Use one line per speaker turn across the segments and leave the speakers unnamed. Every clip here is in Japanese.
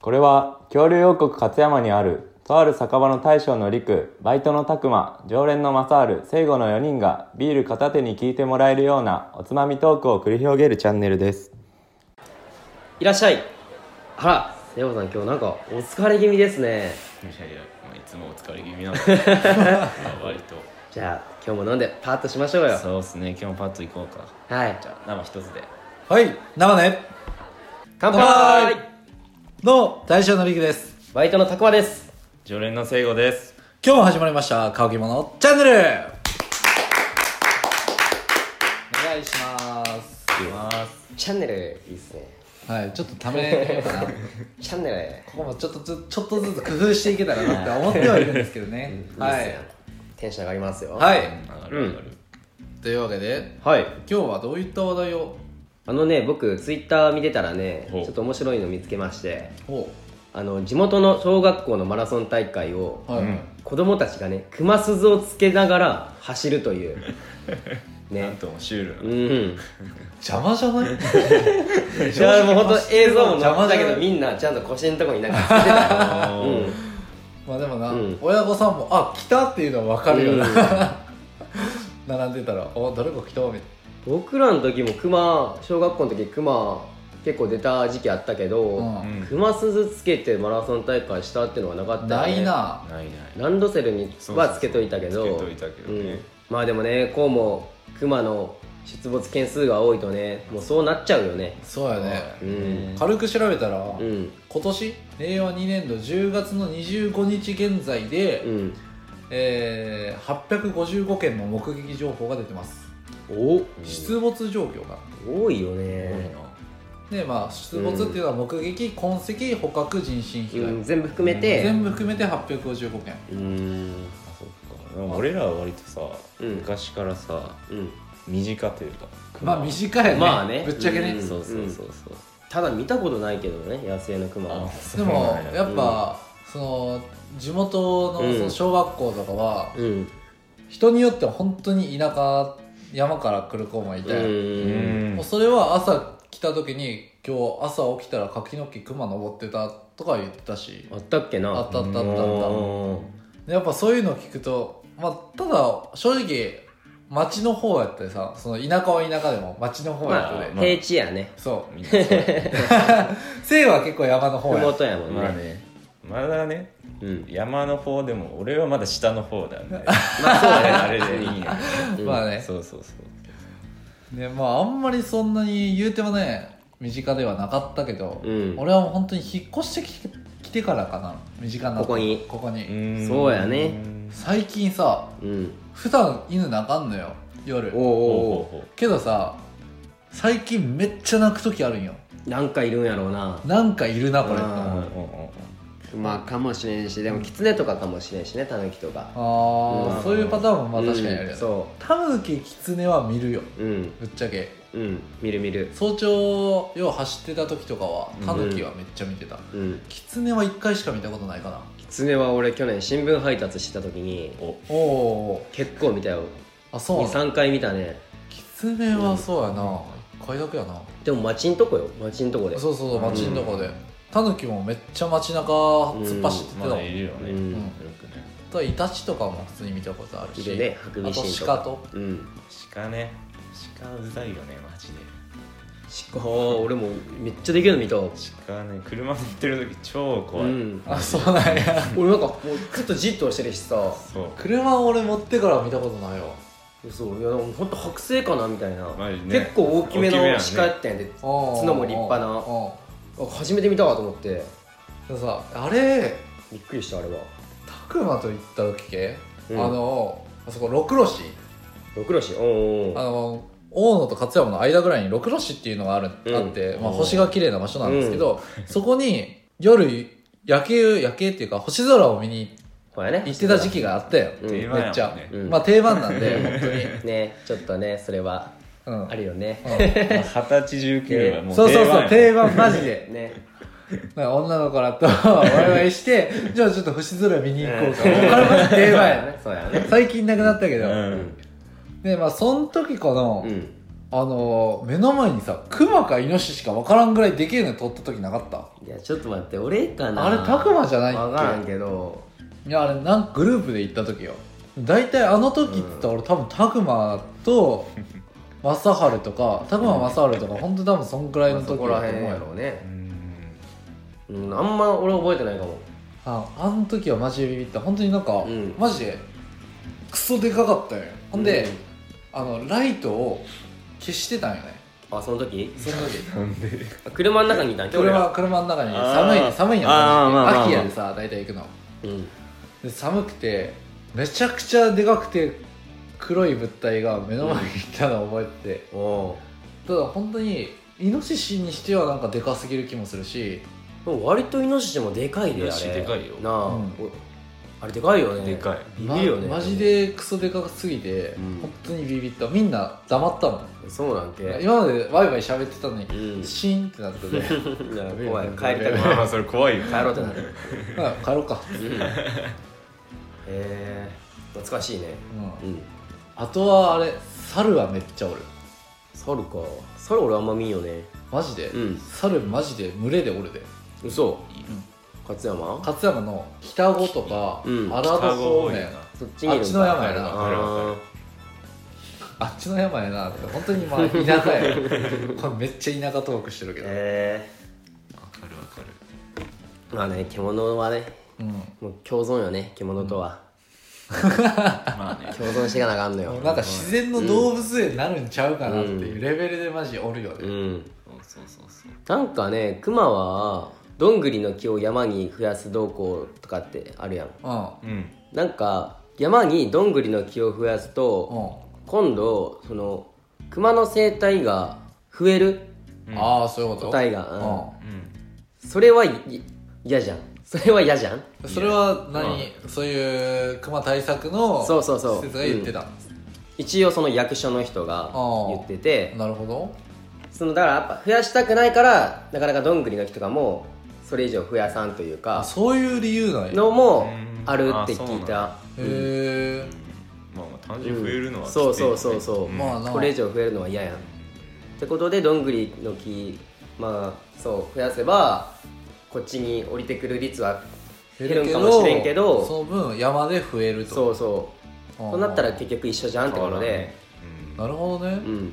これは恐竜王国勝山にあるとある酒場の大将の陸バイトの拓磨常連の正治聖護の4人がビール片手に聞いてもらえるようなおつまみトークを繰り広げるチャンネルです
いらっしゃいあら聖子さん今日なんかお疲れ気味ですね
いやいや、まあ、いつもお疲れ気 味なんでまあ割と
じゃあ今日も飲んでパッとしましょうよ
そうっすね今日もパッと行こうか
はい
じゃあ生一つで
はい、生ね
乾
乾
杯
どうも、大将のりくです。
バイトのたくまです
常連の聖護です
今日も始まりました、乾き物チャンネルお願いします。
チャンネルいいっすね
はい、ちょっとためようかな。こ
チャンネ
こもちょっとずちょっとずつ工夫していけたらなって思ってはいるんですけ どね。
ル
は
いっ
いい
すね。テンション上がりますよ
はい。
上がる上がる、
というわけで、
はい
今日はどういった話題を
あのね僕ツイッター見てたらねち
ほ
ょ
う
っと面白いの見つけまして
お
あの地元の小学校のマラソン大会を
はい、
子供たちがね熊鈴をつけながら走るという
なん
ね
ともシュールな、
うん
邪魔じゃない
いやもう本当映像も
邪
残
魔
った
だけ
けど
ど
みんなちゃんと腰のとこになんかつけて たようん
まあでもな、
うん
親御さんもあ来たっていうのは分かるよな、
うん
並んでたらあ誰か来たみたいな
僕らの時も熊小学校の時熊結構出た時期あったけど、
うん
熊鈴つけてマラソン大会したっていうのはなかったよ
な
ね
いな
ないない
ランドセルに
そうそうそう
はつけといたけど
つけといたけど
う
ね
ん、まあでもねこうも熊の出没件数が多いとねもうそうなっちゃうよね
そうやね
うん
軽く調べたら、
うん
今年令和2年度10月の25日現在で、
うん
えー、855件の目撃情報が出てます
お
出没状況が
多いよ
多い
ね、
でまあ出没っていうのは目撃、痕跡捕獲人身被
う
害、
ん、全部含めて
全部含めて855件
うん
なでも俺らは割とさ、
うん
昔からさ
うん
身近というか熊
まあ短いね,、
まあね
ぶっちゃけね、
うん
そうそうそうそう、
ただ見たことないけどね野生のクマは
でもやっぱ、その地元のその小学校とかは、
うん
人によっては本当に田舎山から来る子もいて、
う
うん
ん
もうそれは朝来た時に今日朝起きたら柿の木熊登ってたとか言ってたし
あったっけな
あったあったあったあっ
うん
たやっぱそういうの聞くと、まあ、ただ正直町の方やったりさその田舎は田舎でも町の方やったで、
まあ
平地やね
そう
みんなそう
西は結構山の方や
麓やもん
まあ
ね
ねまだね
うん
山の方でも俺はまだ下の方なんで
まあそうだね
あれでいいんや
うん
まあね
そうそうそう
ねまああんまりそんなに言うてもね身近ではなかったけど、
うん
俺はもう本当に引っ越してきて来てからかな身近な
ここに
ここに、
ん
そうやね
最近さ
うん
普段犬鳴かんのよ夜
おう
お
おうお
おお
けどさ最近めっちゃ泣く時あるんよ
うなんかいるんやろうな
なんかいるなこれって
あ
あ
ークマかもしれんしでもキツネとかかもしれんしねタヌキとか
あ、
うん
そういうパターンもまあ確かにあ
う
るよ
ん
ね、
そ
タヌキキツネは見るよ
ううん
ぶっちゃけ
うん見る見る
早朝よう走ってた時とかは
うん
タヌキはめっちゃ見てた、
うん
キツネは1回しか見たことないかな
キツネは俺去年新聞配達してた時に
お
おお
結構見たよ
ーあそうなの
23回見たね
キツネはそうやな、1回だけやな
でも街んとこよ街んとこで
そうそうそう街のとこで、タヌキもめっちゃ街中突っ走って
ま
たもん、
だいるよね、
うん
よくね
あとはイタチとかも普通に見たことあるし
いるねハクビシン
あと鹿と
うん
鹿ね鹿うざいよねマジで
鹿俺もめっちゃできるの見た
鹿ね車乗ってる時超怖い、
うん、
あそうなんや
俺なんかもうずっとじっとしてるしさ
そう
車を俺持ってから見たことないよ
そういやでもほんと剥製かなみたいな、
マジね
結構大きめの
大きめやね
鹿やったんやで、角
角
も立派な初めて見たわと思って
でさあれ
びっくりしたあれは
たくまと行った時け、
うん
あのあそこ六路市
六郎氏おう
あ
おう
の大野と勝山の間ぐらいに六路市っていうのがある、
うん
あって、まあ、
おー
星が綺麗な場所なんですけど、そこに夜夜景夜景っていうか星空を見に
これね
行ってた時期があったよ、
うん
定番やもんね
めっちゃ、
うん
まあ定番なん で本
ねちょっとねそれは
当に、うん
あるよね
うん
まあ二十歳19はもう
そうそうそう定
定
番マジで
ね
なんか女の子らと ワイワイしてじゃあちょっと星空見に行こうか、これまず定番やね
そうやね
最近なくなったけど、
番うん
でまあその時この、
うん
あのー目の前にさクマかイノシシか分からんぐらいでけえの取った時なかった
いやちょっと待って俺かな
あれタクマじゃないっけ
分からんけど
いやあれなんかグループで行った時よ大体あの時って言ったら俺多分タクマと正治とかタクマ正治とか本当多分そんくらいの
まあそ
時
こ
だ
ら
と
辺
思う
や
よ
ろうね
う、ん
うん、あんま俺覚えてないかも
ああの時はマジでビビった本当になんか、
うん
マジでクソでかかったよほんで、あのライトを消してたんよね
あその時
その時
なんで
あ車の中にいたんけ俺ら
車車の中に
あー
寒い寒いんやん
あーまあまあまあ
秋やでさ大体行くの
うん
で寒くてめちゃくちゃでかくて黒い物体が目の前にいたのを覚えてて、
おお
ただ本当にイノシシにしてはなんかでかすぎる気もするし
うでも割とイノシシもでかいであれ
イノシシでかいよ
なあ、
うん
おあれでかいよね
でかい
ビビるよね、
まマジでクソでかすぎて、
うん
本当にビビったみんな黙ったもん
そうなんけ
今までワイワイ喋ってたのに、
うん
シーンってなってて
だから怖い
うん
帰りたく
まあ
な
ま
い
あそれ怖い よ
帰ろうってな る
まあ帰ろうか、
うんへー懐かしいね
う
うんん
あとはあれ猿はめっちゃおる
猿か猿俺あんま見んよね
マジで、
うん
猿マジで群れでおるで
嘘勝山
勝山の北郷とか、
うん
アラート方面
そっちにいるんか
あっちの山やな
あー
あっちの山やなって本当 にまあ田舎やこれめっちゃ田舎トークしてるけど、
へ
わかるわかる
ーまあね獣はね
うん
もう共存よね獣とは
まあね
共存していかなあかんのよ
なんか自然の動物園になるんちゃうかなっていううレベルでマジおるよ
う
ね、
ん
そうそうそうそう
なんかねクマはどんぐりの木を山に増やす動向とかってあるやん
うん、うん
うん
なんか山にどんぐりの木を増やすと今度そのクマの生態が増える
ああそういうこと
個体が、
う
うん
ん
うん
それはいい嫌じゃんそれは嫌じゃん
それは何、そういう熊対策の
そうそうそう
施設が言ってた、
一応その役所の人が言ってて
なるほど
そのだからやっぱ増やしたくないからなかなかどんぐりの木とかもそれ以上増やさんという
あ
か
そういう理由なんやへ
のも
うん
あるって聞い
あ
た
え、
まあまあ単純に増えるのはきついよ
そう
ね
そうそうそう、
ん
まあな
これ以上増えるのは嫌やんってことでどんぐりの木まあそう増やせばこっちに降りてくる率は減るんかもしれんけど
その分山で増えると
そうそう
あー
そうなったら結局一緒じゃんってことで
うん
なるほどね、
うん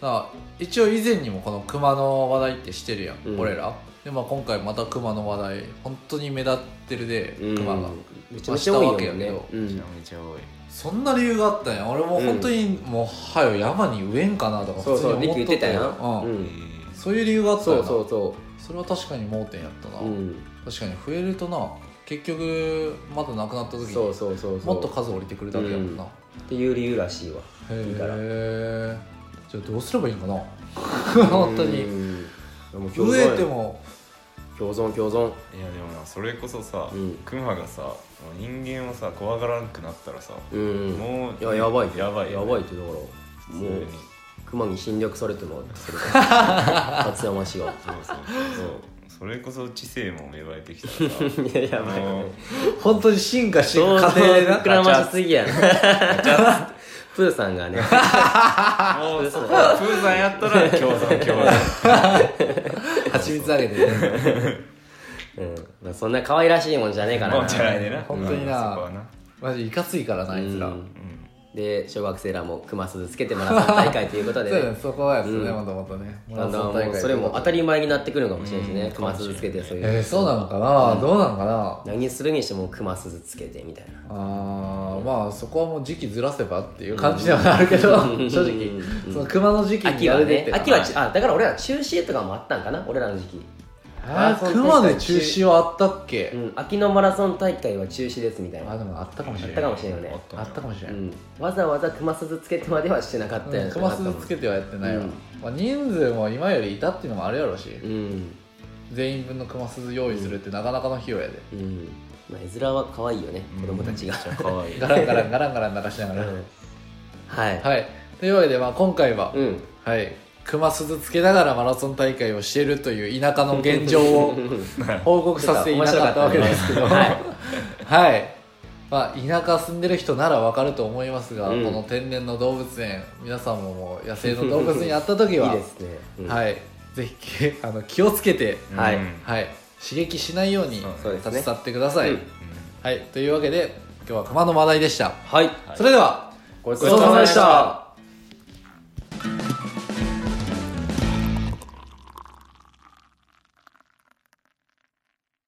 だから一応以前にもこの熊の話題ってしてるやん、
うん
俺らで、まあ、今回また熊の話題本当に目立ってるで
うん
熊が、
めちゃめちゃ多いよね
明日はわ
う
め
ん
ちゃめちゃ多い
そんな理由があったんや俺も本当に、もうはよ山に植えんかなとか
そうそう
普通に
リ
思
ク言
っ
っ
と
て
った
た
よ
や
うん
うん
え
ん
ー
そういう理由があった
そ
よな
うそうそ
それは確かに盲点やったな、
ううん
確かに増えるとな結局まだなくなった時に
そうそうそうそう
もっと数降りてくるだけやもんな、
うんっていう理由らしいわいいから
へえじゃあどうすればいいんかな 本当に
うんでも共
増
存よ
えても
共存共存
いやでもなそれこそさ
うん
クマがさもう人間をさ怖がらなくなったらさ
うん
もう
いややばい
やばい
や
よね
ばいってだからも
普通
う
に
熊に侵略されてもそれ こそ勝山市が
そうそうそうそれこそ知性も芽生えてきたらさ
い ややばいよね
本当に進化してい
想
く
像
過程でな
膨らましすぎやん プーさん がね
もうそうプーさんやった ら共存共存
蜂蜜あげてね
うんまあそんな可愛らしいもんじゃねえか
も
なん
じゃないでな
本当
うん
に
そこは
な
な
マジいかついからなあいつら
うん
うん
で小学生らも熊鈴つけてマラソン大会ということ
そ
で
う
ね
だねそこはやつね
うん
またまたねマ
だ
ラ
んだ
ソ
ん
ン大
も
会
うそれも当たり前になってくるのかもしれないし
う
ね
ん
熊鈴つけてそうい
えー
う
そうなのかな、どうなのかな
何するにしても熊鈴つけてみたいな
あーまあそこはもう時期ずらせばっていう感じではあるけど、正直、その熊の時期に
秋
や
は
るでっ
ね
て
秋はちあだから俺ら中止とかもあったんかな俺らの時期
あー熊で中止はあったっけ、
うん秋のマラソン大会は中止ですみたいな
あ
あ
でもあったかもしれ
っ
な
た
い
かもしれないよね
あったかもしれ
う
ない、
ん、わざわざ熊鈴つけてまではしてなかったよ
う
ね
ん、熊鈴つけてはやってないわ、
うん
まあ、人数も今よりいたっていうのもあるやろうし、
うん
全員分の熊鈴用意するってなかなかの費用やで、
うんまあ絵面は可愛いよね子供たちが、
可愛い
ガランガランガランガラン鳴らしながら、
うんはい、
はいというわけで、まあ、今回は、
うん
はい熊鈴つけながらマラソン大会をしているという田舎の現状を報告させていただいたわけですけど
面白かったね
はい、はい、まあ、田舎住んでる人ならわかると思いますが、
うん
この天然の動物園皆さんももう野生の動物にあった時は
ですね、うん
はい、ぜひけあの気をつけて、
はい
うん
はい、刺激しないように
そうですね
携わってください、
うん
はい、というわけで今日は熊の話題でした、
はい
それでは
ごち
そうさまでした